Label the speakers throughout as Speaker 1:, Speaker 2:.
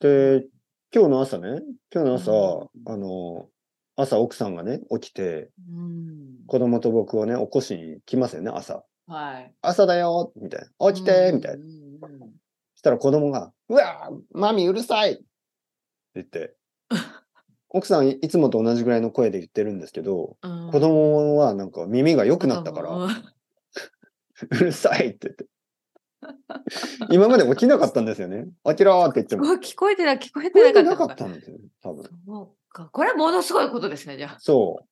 Speaker 1: で、今日の朝ね、今日の朝、あの、朝奥さんがね、起きて、
Speaker 2: うん。
Speaker 1: 子供と僕をね、起こしに来ますよね、朝。
Speaker 2: はい。
Speaker 1: 朝だよみたいな。起きてみたいな。
Speaker 2: な。うんうん
Speaker 1: したら子供が、うわーマミうるさいって言っ て。奥さんいつもと同じぐらいの声で言ってるんですけど、
Speaker 2: うん
Speaker 1: 子供はなんか耳が良くなったから、
Speaker 2: うん
Speaker 1: うるさいって言って。今まで起きなかったんですよね。起きろーって言って も。
Speaker 2: うわ聞こえてない、聞こえ
Speaker 1: 聞こ
Speaker 2: て
Speaker 1: えて
Speaker 2: な
Speaker 1: な
Speaker 2: か
Speaker 1: か
Speaker 2: ったの
Speaker 1: っ
Speaker 2: か。
Speaker 1: たんですよ、多分。
Speaker 2: そうか。これはものすごいことですね、じゃあ。
Speaker 1: そう。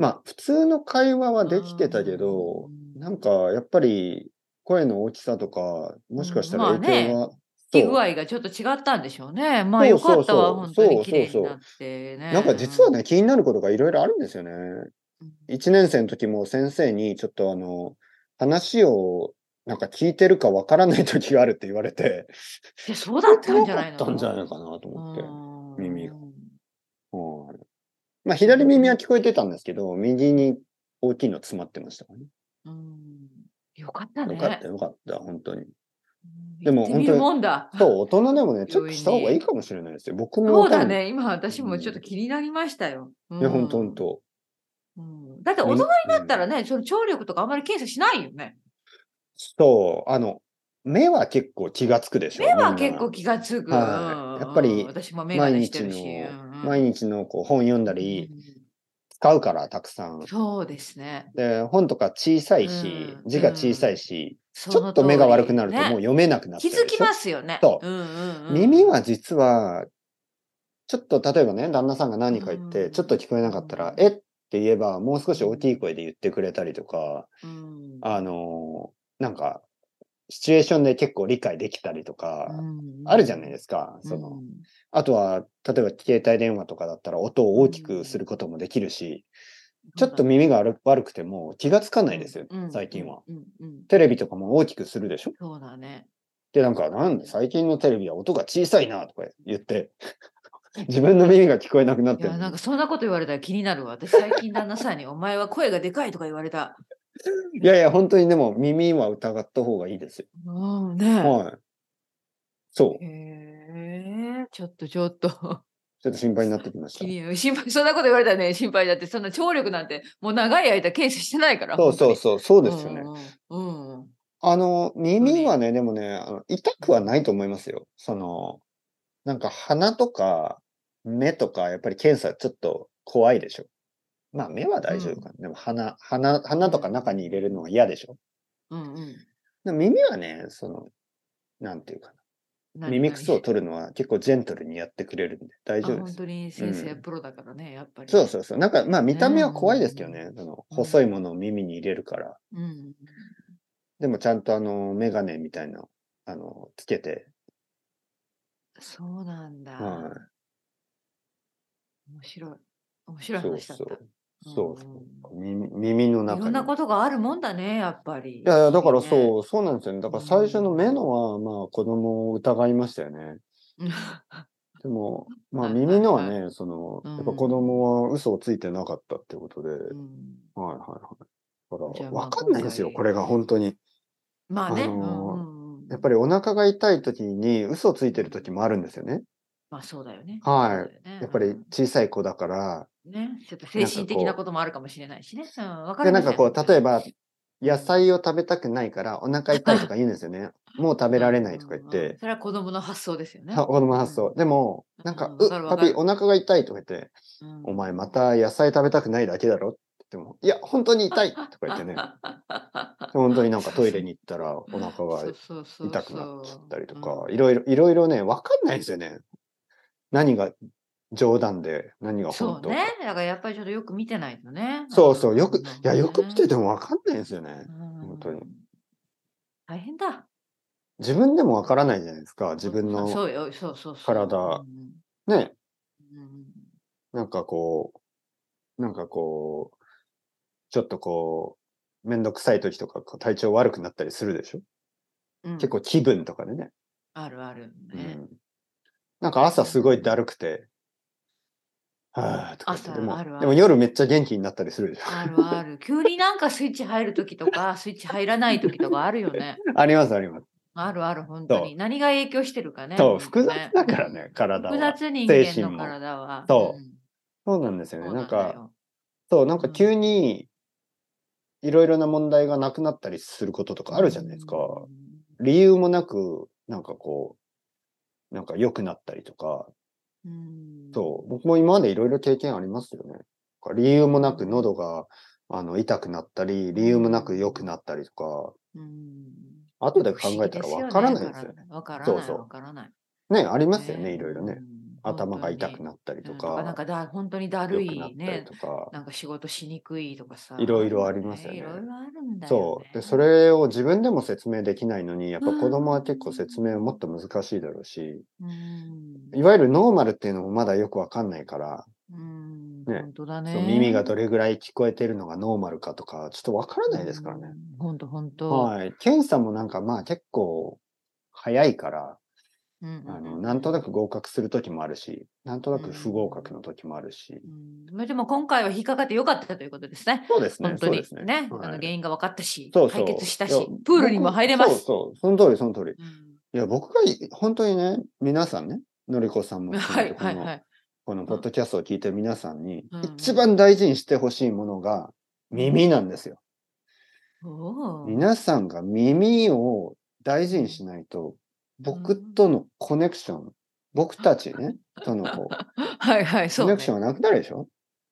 Speaker 1: まあ、普通の会話はできてたけど
Speaker 2: う、ん
Speaker 1: なんかやっぱり声の大きさとか、もしかしたら
Speaker 2: うんまあね
Speaker 1: 影響が、
Speaker 2: 聞き
Speaker 1: そう
Speaker 2: 具合がちょっと違ったんでしょうね。ま
Speaker 1: そ
Speaker 2: あ
Speaker 1: う
Speaker 2: よかった
Speaker 1: そ
Speaker 2: わ、
Speaker 1: うそうそ
Speaker 2: 本当に
Speaker 1: う
Speaker 2: 綺麗
Speaker 1: そう
Speaker 2: に
Speaker 1: そう
Speaker 2: なってね。
Speaker 1: なんか実はね、気になることがいろいろあるんですよね。
Speaker 2: うん、
Speaker 1: 1年生の時も先生にちょっとあの、話をなんか聞いてるかわからない時があるって言われて、
Speaker 2: いやそうだったんじゃない
Speaker 1: 聞
Speaker 2: の
Speaker 1: こえてなかったんじゃないかなと思って。
Speaker 2: うん
Speaker 1: 耳がはいまあ、左耳は聞こえてたんですけど、右に大きいの詰まってましたからね。
Speaker 2: うんよかったね。
Speaker 1: よかった、よかった、本当に。
Speaker 2: うん
Speaker 1: でも
Speaker 2: 行ってみるもんだ。
Speaker 1: そう、大人でも ね、チェックした方がいいかもしれないですよ。僕も。
Speaker 2: そうだ。ね。今私もちょっと気になりましたよ。
Speaker 1: いや、本当本当。
Speaker 2: うんだって大人になったらね、その聴力とかあんまり検査しないよね。
Speaker 1: そう、あの、目は結構気がつくでしょ。
Speaker 2: 目は
Speaker 1: みん
Speaker 2: 結
Speaker 1: な
Speaker 2: 構気がつく。
Speaker 1: はい
Speaker 2: うん
Speaker 1: やっぱり
Speaker 2: 私も目がしてるし。
Speaker 1: 毎日の
Speaker 2: うん
Speaker 1: 毎日のこう本読んだり、使うからたくさん
Speaker 2: うん。そうですね。
Speaker 1: で、本とか小さいし、
Speaker 2: うん
Speaker 1: 字が小さいし、
Speaker 2: ち
Speaker 1: ちょっと目が悪くなるともう読めなくなっち
Speaker 2: 気
Speaker 1: ゃうでしょ
Speaker 2: づきますよね。
Speaker 1: そう
Speaker 2: うんうんうん
Speaker 1: 耳は実は、ちょっと例えばね、旦那さんが何か言っ
Speaker 2: う
Speaker 1: て、
Speaker 2: ん
Speaker 1: ちょっと聞こえなかったら
Speaker 2: う、ん
Speaker 1: えって言えば、もう少し大きい声で言ってくれたりとか、
Speaker 2: うん
Speaker 1: あのーなんか、シチュエーションで結構理解できたりとか、
Speaker 2: うん
Speaker 1: あるじゃないですか。その、
Speaker 2: うん
Speaker 1: あとは、例えば携帯電話とかだったら音を大きくすることもできるし、ちょっと耳が悪悪くても気がつかないですよ、
Speaker 2: うん
Speaker 1: 最近は。。
Speaker 2: うんうんうん
Speaker 1: テレビとかも大きくするでしょ
Speaker 2: そうだね。
Speaker 1: で、なんか、なんで最近のテレビは音が小さいなとか言って、 自分の耳が聞こえなくなっ
Speaker 2: い
Speaker 1: てる
Speaker 2: や、なんかそんなこと言われたら気になるわ。私、最近旦那さんに、 お前は声がでかいとか言われた。
Speaker 1: いやいや、本当にでも耳は疑った方がいいですよ。
Speaker 2: うん、ね
Speaker 1: はい。そう
Speaker 2: え。。へえ、ちょっとちょっと。
Speaker 1: ちょっと心配になってきました
Speaker 2: 気。になる心配、そん なこと言われたらね、心配だって、そんな聴力なんて、もう長い間検査してないから。
Speaker 1: そうそうそう、そうですよね。
Speaker 2: ね。うんうん。
Speaker 1: あの、耳はね、でもね、あの痛くはないと思いますよ。その、なんか鼻とか目とか、やっぱり検査ちょっと怖いでしょ。まあ目は大丈夫かな。でも鼻、鼻、鼻とか中に入れるのは嫌でしょ。
Speaker 2: うんうん
Speaker 1: でも耳はね、その、なんていうかな。
Speaker 2: 何
Speaker 1: 耳くそを取るのは結構ジェントルにやってくれるんで大丈夫
Speaker 2: あ
Speaker 1: で
Speaker 2: 本
Speaker 1: す。
Speaker 2: 当に先生、
Speaker 1: うん
Speaker 2: プロだからね、やっぱり。
Speaker 1: そうそうそう。なんかまあ見た目は怖いですけど
Speaker 2: う
Speaker 1: ね。その
Speaker 2: うん
Speaker 1: 細いものを耳に入れるから。
Speaker 2: う。うん。
Speaker 1: でもちゃんとあの、メガネみたいな、あの、つけて。
Speaker 2: そうなんだ。
Speaker 1: はい。
Speaker 2: 面白い。面白い
Speaker 1: そう
Speaker 2: 話だ
Speaker 1: そ
Speaker 2: った。
Speaker 1: う。そう
Speaker 2: うん
Speaker 1: そう。耳耳の中
Speaker 2: い
Speaker 1: に。
Speaker 2: ろんなことがあるもんだね、やっぱり。
Speaker 1: いやいや、だから
Speaker 2: 不思
Speaker 1: そう、そうなんですよね。だから最初の目のは、まあ子供を疑いましたよね。
Speaker 2: 議ね。
Speaker 1: でも、まあ
Speaker 2: はいはい
Speaker 1: 耳のはね、その、
Speaker 2: うん
Speaker 1: やっぱ子供は嘘をついてなかったってことで、はい
Speaker 2: うん
Speaker 1: はいはい。だ
Speaker 2: じ
Speaker 1: から、
Speaker 2: ゃあまあ
Speaker 1: わかんないですよ、
Speaker 2: 今回
Speaker 1: これが本当に。
Speaker 2: まあね。
Speaker 1: あのー
Speaker 2: うんうんうん
Speaker 1: やっぱりお腹が痛い時に嘘をついてる時もあるんですよね。
Speaker 2: まあそうだよね。
Speaker 1: はい
Speaker 2: そうだよね
Speaker 1: やっぱり小さい子だから、
Speaker 2: うんね、ちょっと精神的なこともあるかもしれないしね。うん、わか
Speaker 1: で、
Speaker 2: る
Speaker 1: なんかこう、例えば、野菜を食べたくないから、お腹痛いとか言うんですよね。もう食べられないとか言っ
Speaker 2: うんうんう
Speaker 1: て
Speaker 2: ん、それは子供の発想ですよね。
Speaker 1: は子供発想。でも、
Speaker 2: うん
Speaker 1: なんか、
Speaker 2: うん
Speaker 1: う
Speaker 2: わ
Speaker 1: っ、
Speaker 2: かる
Speaker 1: パ
Speaker 2: わかる
Speaker 1: ピ、お腹が痛いとか言って、
Speaker 2: うん
Speaker 1: お前ま。た野菜食べたくないだけだろって言っても、いや、本当に痛いとか言って ね、本当になんかトイレに行ったらお腹が痛
Speaker 2: 痛
Speaker 1: くなったりとか、いろいろ、いろいろね、わかんないですよね。何が冗談で、何が
Speaker 2: そ
Speaker 1: 本
Speaker 2: う
Speaker 1: 当か
Speaker 2: ね。だからやっぱりちょっとよく見てないとね。
Speaker 1: そうそう、よく、い
Speaker 2: あ
Speaker 1: や、
Speaker 2: の
Speaker 1: よく見て
Speaker 2: ね
Speaker 1: てもわかんないですよね。本当に
Speaker 2: うん大変だ。
Speaker 1: 自分でもわからないじゃないですか、自分
Speaker 2: あ
Speaker 1: の、
Speaker 2: そうよそうそうそう
Speaker 1: 体
Speaker 2: うん
Speaker 1: ね、
Speaker 2: うんうん
Speaker 1: なんかこう、なんかこう、ちょっとこう、めんどくさい時とかこう体調悪くなったりするでしょ、
Speaker 2: うん
Speaker 1: 結構気分とかでね、
Speaker 2: あるある
Speaker 1: うん
Speaker 2: ね。
Speaker 1: なんか朝すごいだるくて、はぁとか言って
Speaker 2: 朝
Speaker 1: でも
Speaker 2: あるある
Speaker 1: でも夜めっちゃ元気になったりするでしょ
Speaker 2: あるある。急になんかスイッチ入るときとか、スイッチ入らないときとかあるよね。
Speaker 1: ありますあります。
Speaker 2: あるある、本当に。何が影響してるかね。
Speaker 1: そう、
Speaker 2: 本当
Speaker 1: 複雑だから
Speaker 2: うん
Speaker 1: ね、体は。
Speaker 2: 複雑人
Speaker 1: 精神
Speaker 2: 間
Speaker 1: も
Speaker 2: の体は。
Speaker 1: そうんそうなんですよね。
Speaker 2: そう
Speaker 1: なん
Speaker 2: だよ
Speaker 1: か、そう、なん
Speaker 2: う
Speaker 1: か
Speaker 2: ん
Speaker 1: 急に、いろいろな問題がなくなったりすることとかあるじゃないですか。理由もなく、なんかこう、なんか良くなったりとか、
Speaker 2: うん
Speaker 1: そう、僕も今までいろいろ経験ありますよね。なんか理由もなく喉が、あの、痛くなったり、理由もなく良くなったりとか、
Speaker 2: うん
Speaker 1: 後で考えたらわからないですよね。。
Speaker 2: わからな
Speaker 1: そ
Speaker 2: い。
Speaker 1: うそう
Speaker 2: わからない。
Speaker 1: ね、ありますよね、いろいろね。。頭が痛く
Speaker 2: っ
Speaker 1: なったり
Speaker 2: た
Speaker 1: と
Speaker 2: なんか
Speaker 1: か、
Speaker 2: だ、本当にだ
Speaker 1: 良
Speaker 2: る
Speaker 1: くなったり
Speaker 2: いね。
Speaker 1: とか。
Speaker 2: なんか仕事しにくいとかさ。
Speaker 1: いろいろありますよね
Speaker 2: いろいろあるんだよね。
Speaker 1: そう。で、それを自分でも説明できないのに、やっぱ子供は結構説明もっと難しいだろうし、
Speaker 2: うん。
Speaker 1: いわゆるノーマルっていうのもまだよくわかんないから、
Speaker 2: うん。
Speaker 1: ね
Speaker 2: 本当だ
Speaker 1: そ
Speaker 2: ね。
Speaker 1: う耳がどれぐらい聞こえてるのがノーマルかとか、ちょっとわからないですからね。
Speaker 2: うん。本当本当。
Speaker 1: はい。検査もなんかまあ結構早いから、
Speaker 2: うんうんうん
Speaker 1: あの、なんとなく合格する時もあるし、なんとなく不合格の時もあるし
Speaker 2: う。んまあでも今回は引っかかってよかったということですね。
Speaker 1: そうですね。
Speaker 2: 本当
Speaker 1: そう
Speaker 2: に
Speaker 1: ですね。
Speaker 2: ね、
Speaker 1: はい
Speaker 2: あの原因が分かったし、
Speaker 1: そうそう
Speaker 2: 解決した
Speaker 1: いや
Speaker 2: し、プールにも入れま
Speaker 1: 僕
Speaker 2: す。
Speaker 1: そうそう。その通り、その通り。
Speaker 2: うん
Speaker 1: いや、僕がい本当にね、皆さんね、のりこさんも含
Speaker 2: は
Speaker 1: め
Speaker 2: い
Speaker 1: て
Speaker 2: はい
Speaker 1: この
Speaker 2: はい。
Speaker 1: このポッドキャストを聞いてる皆さんに
Speaker 2: うん、
Speaker 1: 一番大事にしてほしいものが耳なんですよ。
Speaker 2: おー
Speaker 1: 皆さんが耳を大事にしないと、僕とのコネクション、僕たち ね、とのこう
Speaker 2: はいはい、
Speaker 1: コ
Speaker 2: そう、
Speaker 1: ネ
Speaker 2: ね
Speaker 1: ク。ションがなくなるでしょ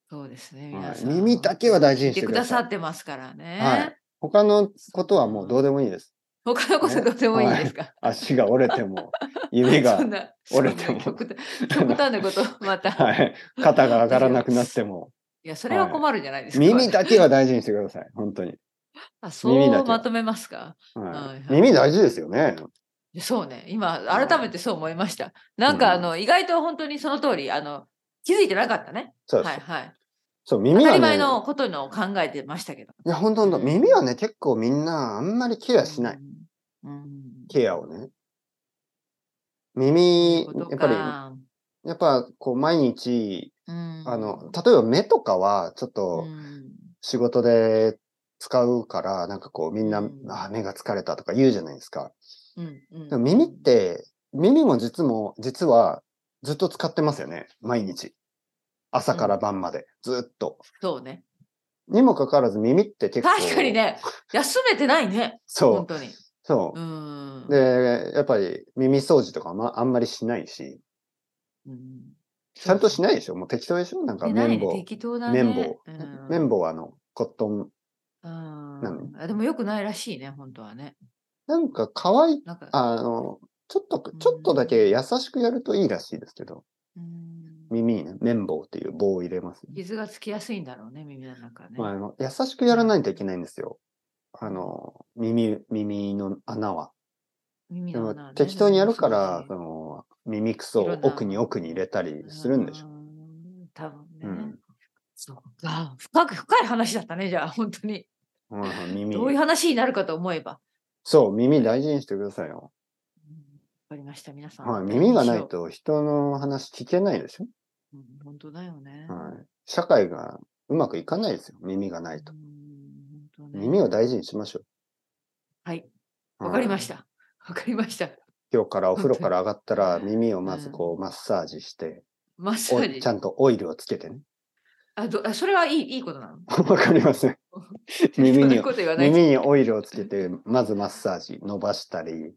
Speaker 2: そうです
Speaker 1: は
Speaker 2: ね。
Speaker 1: い
Speaker 2: 皆さん
Speaker 1: 耳だけは大事に
Speaker 2: 聞
Speaker 1: し
Speaker 2: い
Speaker 1: て
Speaker 2: て
Speaker 1: く
Speaker 2: く
Speaker 1: だ
Speaker 2: だ
Speaker 1: さい
Speaker 2: さってますからね。
Speaker 1: はい他のことはもうどうでもいい です。
Speaker 2: 他のことどうでもいいんですか。
Speaker 1: 足が折れて も、指が
Speaker 2: そん、な、
Speaker 1: 折れて
Speaker 2: そん
Speaker 1: も
Speaker 2: な極端極端なこと、 また。い、
Speaker 1: はい、肩が上がらなくなっても、
Speaker 2: や、それは困るじゃない ですか。
Speaker 1: 耳だけは大事にしてください。本当に。
Speaker 2: あ、
Speaker 1: 耳だ
Speaker 2: そう
Speaker 1: け
Speaker 2: まとめますか。は
Speaker 1: はい
Speaker 2: はい
Speaker 1: い、耳大事ですよね。
Speaker 2: いやそうね、今
Speaker 1: はい
Speaker 2: 改めてそう思いました。なんかあの、意外と本当にその通り、あの気づいてなかったね。
Speaker 1: そうです。
Speaker 2: はいはい。
Speaker 1: そう、
Speaker 2: 当
Speaker 1: 耳
Speaker 2: た
Speaker 1: は
Speaker 2: り前
Speaker 1: ね、
Speaker 2: のことのを考えてましたけど。
Speaker 1: いや、本当本当耳はね、結構みんなあんまりケアしない。
Speaker 2: うん。うん。
Speaker 1: ケアをね。耳、
Speaker 2: そういう
Speaker 1: や
Speaker 2: こと
Speaker 1: っぱり、
Speaker 2: か
Speaker 1: やっぱこう毎日、
Speaker 2: うん
Speaker 1: あの、例えば目とかはちょっ
Speaker 2: う
Speaker 1: と
Speaker 2: ん
Speaker 1: 仕事で使うから、なんかこうみんな、
Speaker 2: うん
Speaker 1: あー目が疲れたとか言うじゃないですか。
Speaker 2: うんうん
Speaker 1: でも耳って、耳も実も、実はずっと使ってますよね。毎日。朝から晩まで。ずっと。
Speaker 2: そうね。
Speaker 1: にもかかわらず耳って結構。
Speaker 2: 確かに。ね、休めてないね、
Speaker 1: そ
Speaker 2: 本
Speaker 1: う、
Speaker 2: 当に。
Speaker 1: そうう。
Speaker 2: ん。
Speaker 1: で、やっぱり耳掃除とかもあんまりしないし、
Speaker 2: うん、
Speaker 1: ちゃんとし
Speaker 2: い
Speaker 1: ないでしょもう適当でしょなんか
Speaker 2: でない
Speaker 1: 綿
Speaker 2: ね、
Speaker 1: 棒。
Speaker 2: 適当だね。
Speaker 1: 綿棒
Speaker 2: うん。
Speaker 1: 綿棒はあの、コットン。
Speaker 2: うんあでもよくないらしいね、本当はね。
Speaker 1: なんか乾い、
Speaker 2: なんか、
Speaker 1: あの、ちょっと、ちょっとだけ優しくやるといいらしいですけど、
Speaker 2: うん
Speaker 1: 耳にね、綿棒っていう棒を入れます、ね。
Speaker 2: 傷がつきやすいんだろうね、耳の中ね。
Speaker 1: まあ、あの優しくやらないといけないんですよ。あの、耳、耳の穴は。
Speaker 2: 耳
Speaker 1: で
Speaker 2: の
Speaker 1: も
Speaker 2: 穴はね
Speaker 1: 適当にやるから、
Speaker 2: う
Speaker 1: そ
Speaker 2: ん
Speaker 1: の、耳くそ
Speaker 2: いろ
Speaker 1: を
Speaker 2: んな
Speaker 1: 奥に奥に入れたりするんでしょ。
Speaker 2: うん多分
Speaker 1: う
Speaker 2: ね。
Speaker 1: ん
Speaker 2: そうか。深く、深い話だったね、じゃあ、本当に。
Speaker 1: うん耳
Speaker 2: どういう話になるかと思えば。
Speaker 1: そう、耳大事にしてくださいよ。
Speaker 2: うんわかりました、皆さん。
Speaker 1: はい、耳がない
Speaker 2: 一緒。
Speaker 1: と人の話聞けないでしょ。
Speaker 2: うん本当だよね。
Speaker 1: はい、社会がうまくいかないですよ。耳がないと
Speaker 2: う。ん本当ね
Speaker 1: 耳を大事にしましょ
Speaker 2: はい、
Speaker 1: う。
Speaker 2: わかりま
Speaker 1: た。
Speaker 2: した。わかりました。
Speaker 1: 今日からお風呂から上がったら耳をまず
Speaker 2: うん
Speaker 1: こうマッサージして、
Speaker 2: マッサ
Speaker 1: お
Speaker 2: ージ
Speaker 1: ち。ゃんとオイルをつけてね。
Speaker 2: あどあそれはいいいいことなの
Speaker 1: わかりません。 耳
Speaker 2: そん
Speaker 1: に
Speaker 2: なこと言わない
Speaker 1: 耳にオイルをつけて、まずマッサージ伸ばしたり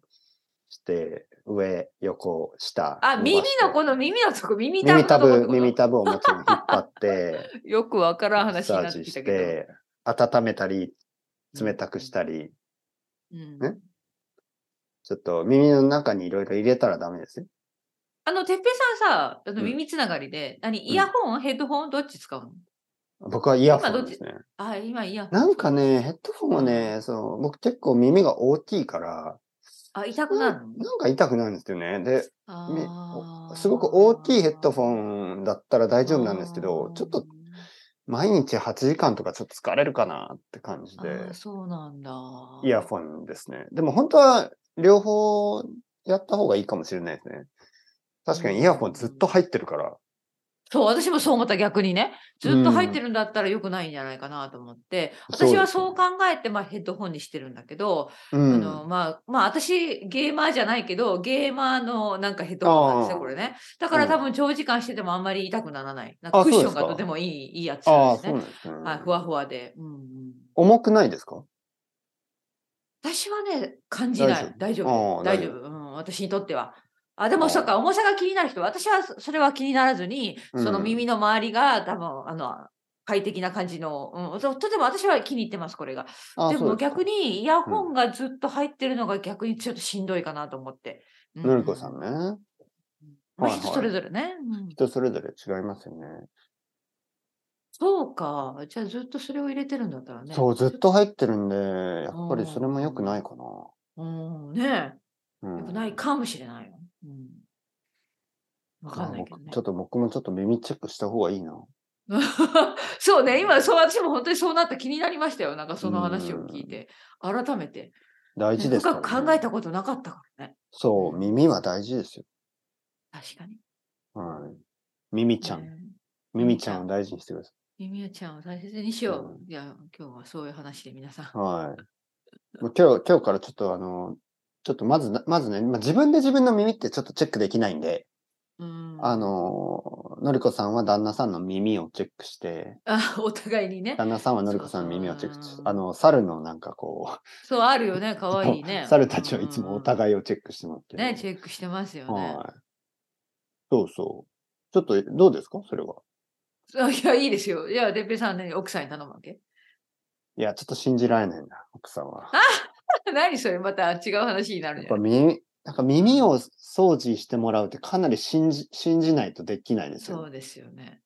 Speaker 1: して、上、横、下。
Speaker 2: あ、
Speaker 1: 伸ば
Speaker 2: 耳
Speaker 1: して
Speaker 2: のこの耳のとこ、耳たぶ
Speaker 1: 耳たぶ、
Speaker 2: のとこってこと
Speaker 1: 耳たぶをもちろん引っ張って、
Speaker 2: よくわからん
Speaker 1: マッ
Speaker 2: 話
Speaker 1: サ
Speaker 2: にな
Speaker 1: ー
Speaker 2: って
Speaker 1: ジ
Speaker 2: き
Speaker 1: した
Speaker 2: け
Speaker 1: て、温めたり、
Speaker 2: ど。
Speaker 1: 冷たくした
Speaker 2: り。
Speaker 1: り、
Speaker 2: うん
Speaker 1: ねちょっと耳の中にいろいろ入れたらダメですよ。
Speaker 2: あの、てっぺいさんさ、あ
Speaker 1: う
Speaker 2: の
Speaker 1: ん
Speaker 2: 耳つながりで、何、イヤホン、ヘッドホン、どっち使うの
Speaker 1: 僕はイヤホ
Speaker 2: 今ど
Speaker 1: ン
Speaker 2: っち
Speaker 1: ですね。
Speaker 2: あ、今イヤホン。
Speaker 1: なんかね、ヘッドホンはね、そう、僕結構耳が大きいから、
Speaker 2: あ、痛くな
Speaker 1: な
Speaker 2: るの
Speaker 1: んか痛くなるんですよね。で、み
Speaker 2: あー
Speaker 1: すごく大きいヘッドフォンだったら大丈夫なんですけ
Speaker 2: あ
Speaker 1: ど
Speaker 2: ー、
Speaker 1: ちょっと毎日8時間とかちょっと疲れるかなって感じ
Speaker 2: あ
Speaker 1: で
Speaker 2: ー、そうなんだ。
Speaker 1: イヤホンですね。でも本当は両方やった方がいいかもしれないですね。確かにイヤホンずっと入ってるから、
Speaker 2: そう、私もそう思った逆にね。ずっと入ってるんだったら良くないんじゃないかなと思って、
Speaker 1: そうです
Speaker 2: 私はそう考えて、まあ、ヘッドホンにしてるんだけど、
Speaker 1: うん。
Speaker 2: あの、まあ、まあ、私、ゲーマーじゃないけど、ゲーマーのなんかヘッドホンなんです
Speaker 1: あ
Speaker 2: よ、
Speaker 1: ー
Speaker 2: これね。だから
Speaker 1: うん
Speaker 2: 多分長時間しててもあんまり痛くならない。なん
Speaker 1: あ
Speaker 2: かクッシ
Speaker 1: そうで
Speaker 2: ョン
Speaker 1: すか
Speaker 2: がとてもいい、いいやつ
Speaker 1: あ
Speaker 2: な
Speaker 1: あ、
Speaker 2: んです
Speaker 1: そう
Speaker 2: ね。
Speaker 1: なんですね。
Speaker 2: はい、ふわふわで。うんうん、
Speaker 1: 重くないですか
Speaker 2: 私はね、感じない。大丈
Speaker 1: あー
Speaker 2: 夫。
Speaker 1: 大
Speaker 2: 大
Speaker 1: 丈
Speaker 2: 丈
Speaker 1: 夫
Speaker 2: 夫。うん、私にとっては。あで
Speaker 1: あー
Speaker 2: もそっか、重さが気になる人、私はそそれは気にならずに、
Speaker 1: うん
Speaker 2: その耳の周りが多分、あの、快適な感じの、うん、ととても私は気に入ってます、これが。
Speaker 1: ああ
Speaker 2: でも逆
Speaker 1: に。
Speaker 2: にイヤホンがずっと入ってるのが逆にちょっとしんどいかなと思って。うん
Speaker 1: のりこさん。ね。
Speaker 2: ま
Speaker 1: は
Speaker 2: あ
Speaker 1: いはい
Speaker 2: 人それぞれね。うん
Speaker 1: 人それぞれ違いますよね。
Speaker 2: そうか。じゃあずっとそれを入れてるんだったらね。
Speaker 1: そう、ずっと入ってるんで、やっぱりそれも良くないかな。
Speaker 2: うん、ね
Speaker 1: うん
Speaker 2: え。よくないかもしれないよ。うん。わかんないけ
Speaker 1: ま
Speaker 2: ど
Speaker 1: あ
Speaker 2: ね
Speaker 1: 僕ちょ。っと僕もちょっと耳チェックした方がいいな。
Speaker 2: そうね、今そう、私も本当にそうなった気になりましたよ。なんかその話を聞いて、改めて。
Speaker 1: 大事ですから、
Speaker 2: 深く考えたことなかったからね。
Speaker 1: そう、耳は大事ですよ。
Speaker 2: 確かに。
Speaker 1: はい。耳ちゃん。
Speaker 2: ね
Speaker 1: 耳ちゃんを大事にしてくださ
Speaker 2: ゆみやちゃんを大切にしよ
Speaker 1: う
Speaker 2: う。いや、今日はそういう話で皆さん。
Speaker 1: い。はい。もう今日、今日からちょっとあの、ちょっとまずな、まずね、まあ、自分で自分の耳ってちょっとチェックできないんで、
Speaker 2: うん
Speaker 1: あの、のりこさんは旦那さんの耳をチェックして、
Speaker 2: あお互いにね。
Speaker 1: 旦那さんはのりこさんの耳をチェックし
Speaker 2: そうそう
Speaker 1: あの、猿のなんかこ
Speaker 2: そう、あるよね。か
Speaker 1: う、
Speaker 2: わいいね。
Speaker 1: 猿たちはいつもお
Speaker 2: い。
Speaker 1: 互いをチェックしてもらってる。
Speaker 2: ね、チェックしてますよね。
Speaker 1: はい。そうそう。ちょっと、どうですかそれは。
Speaker 2: そういや、いいですよ。いや、てっぺいさんね、奥さんに頼むわけ。
Speaker 1: いや、ちょっと信じられないな、奥さんは。
Speaker 2: 何それ、また違う話になる
Speaker 1: やっ
Speaker 2: じゃ
Speaker 1: ぱ
Speaker 2: ん。
Speaker 1: 耳、なんか耳を掃除してもらうってかなり信じ、信じないとできないです
Speaker 2: そ
Speaker 1: よ。
Speaker 2: うですよね。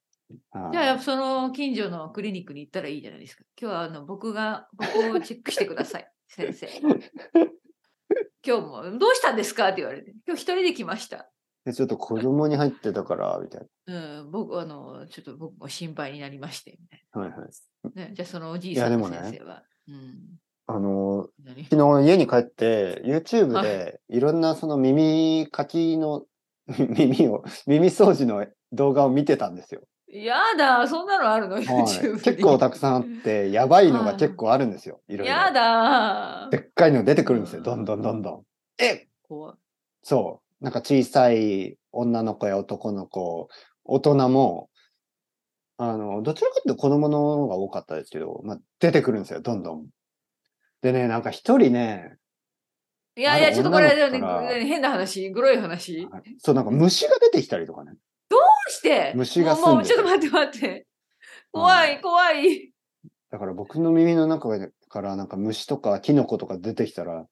Speaker 1: はい
Speaker 2: じゃあ、やっぱその近所のクリニックに行ったらいいじゃないですか。今日はあの僕が、僕をチェックしてくだ さい、先生。今日も、どうしたんですかって言われて、今日一人で来ました。
Speaker 1: でちょっと子供に入ってたから、みたい
Speaker 2: うん、僕、あの、ちょっと僕も心配になりまして、みたい
Speaker 1: な。はいはい。
Speaker 2: なね。じゃあ、そのおじい
Speaker 1: いや
Speaker 2: さん
Speaker 1: で
Speaker 2: の
Speaker 1: もね
Speaker 2: 先生は。うん
Speaker 1: あの、
Speaker 2: 何
Speaker 1: 昨日家に帰って、YouTube
Speaker 2: は
Speaker 1: でいろんなその耳かきの、 耳を、耳掃除の動画を見てたんですよ。
Speaker 2: やだ、そんなのあるの、
Speaker 1: はい、
Speaker 2: YouTube
Speaker 1: 結構たくさんあっ て、やばいのが
Speaker 2: はい
Speaker 1: 結構あるんですよ。いろいろ。
Speaker 2: やだ
Speaker 1: でっかいの出てくるんですよ。どんどんどんどん。え
Speaker 2: 怖い
Speaker 1: そう。なんか小さい女の子や男の子、大人も、あの、どちらかというと子供の方が多かったですけど、まあ、出てくるんですよ、どんどん。でね、なんか一人ね、
Speaker 2: いやい
Speaker 1: あ
Speaker 2: や、
Speaker 1: れ
Speaker 2: ちょっとこれ、
Speaker 1: 女の
Speaker 2: ね、
Speaker 1: 子から
Speaker 2: これ変な話、グロい話。ど
Speaker 1: そう、なんか虫が出てきたりとかね。
Speaker 2: うして
Speaker 1: 虫が
Speaker 2: もうも
Speaker 1: 住ん
Speaker 2: う
Speaker 1: でる
Speaker 2: ちょっと待って待って。怖い、怖い。
Speaker 1: だから僕の耳の中からなんか虫とかキノコとか出てきたら、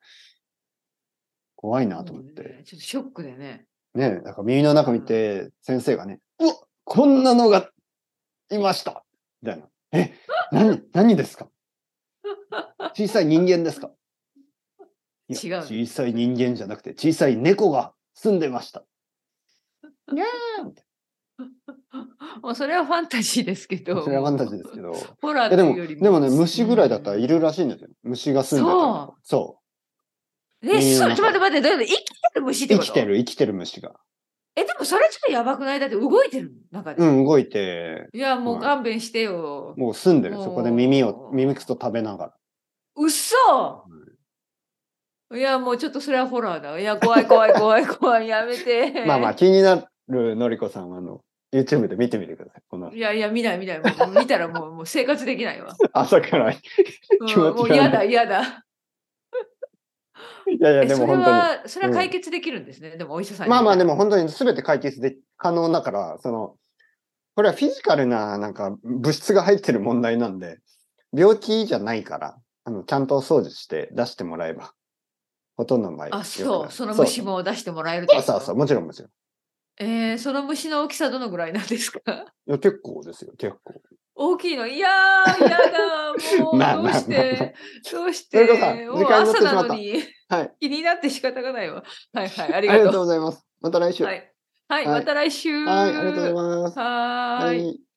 Speaker 1: 怖いなと思っ
Speaker 2: もう
Speaker 1: て。
Speaker 2: ねちょっとショックでね。
Speaker 1: ね、なんか耳の中見て、先生がね、うわこんなのがいましたみたいな。え、何、何です か小さい人間ですかいや
Speaker 2: 違う
Speaker 1: 小さい人間じゃなくて、小さい猫が住んでました。 ね
Speaker 2: もうそれはファンタジーですけ
Speaker 1: え
Speaker 2: ど。
Speaker 1: それはファンタジーですけど。
Speaker 2: ホラー
Speaker 1: えで
Speaker 2: とい
Speaker 1: も、
Speaker 2: うより
Speaker 1: でもね、虫ぐらいだったら
Speaker 2: うん
Speaker 1: いるらしいんですよ。虫が住んでたりとかそ
Speaker 2: え、
Speaker 1: 人間
Speaker 2: そ
Speaker 1: の
Speaker 2: れ、ちょっと待って待って、だって生きてる虫っ
Speaker 1: う。
Speaker 2: て
Speaker 1: 生
Speaker 2: こと
Speaker 1: きて。る、生きてる虫が。
Speaker 2: え、でもそれちょっとやばくないだって動いてるの中で。
Speaker 1: うん、動いて、
Speaker 2: いや、も
Speaker 1: は
Speaker 2: う
Speaker 1: い
Speaker 2: 勘弁してよ。
Speaker 1: もう住んでる。
Speaker 2: おー
Speaker 1: そこで耳を、耳くそ食べながら。
Speaker 2: うっそいや、もうちょっとそれはホラーだ。いや、怖い怖い怖い怖い、やめて。
Speaker 1: まあまあ気になるのりこさんはあの YouTube で見てみてください。この
Speaker 2: いやいや、見ない見ない。もう見たらもうもう生活できない わ。
Speaker 1: 朝から。い
Speaker 2: うん
Speaker 1: 気持ち悪い
Speaker 2: もう嫌だ嫌だ。
Speaker 1: やいや
Speaker 2: え
Speaker 1: でも
Speaker 2: それ
Speaker 1: 本当
Speaker 2: は、それは解決できるんですね。でもお医者さん
Speaker 1: に。
Speaker 2: に。
Speaker 1: まあまあでも本当に全て解決で可能だから、その、これはフィジカルななんか物質が入ってる問題なんで、病気じゃないから、あの、ちゃんと掃除して出してもらえば、ほとんどの場合
Speaker 2: あ、
Speaker 1: 良く
Speaker 2: そ
Speaker 1: な
Speaker 2: う。
Speaker 1: る
Speaker 2: その虫も出してもらえるって
Speaker 1: そ
Speaker 2: こ
Speaker 1: うそ
Speaker 2: と
Speaker 1: うそう、もちろんもちろん。
Speaker 2: えーその虫の大きさどのぐらいな んですか
Speaker 1: いや結構ですよ、結構。
Speaker 2: 大きいの。いやー、嫌だ。もう、
Speaker 1: まあまあまあま
Speaker 2: ど
Speaker 1: あ
Speaker 2: うして、どうし
Speaker 1: ということ
Speaker 2: て、
Speaker 1: で
Speaker 2: もう
Speaker 1: 時間になって
Speaker 2: 朝
Speaker 1: しまった
Speaker 2: なのに
Speaker 1: はい。
Speaker 2: 気になって仕方がないわ。はいはい、あ
Speaker 1: あり
Speaker 2: りがとう。
Speaker 1: がとうございます。また来週。
Speaker 2: はい、はい、
Speaker 1: はい
Speaker 2: また来週。
Speaker 1: はい、ありがとうございます。
Speaker 2: はーい。
Speaker 1: い。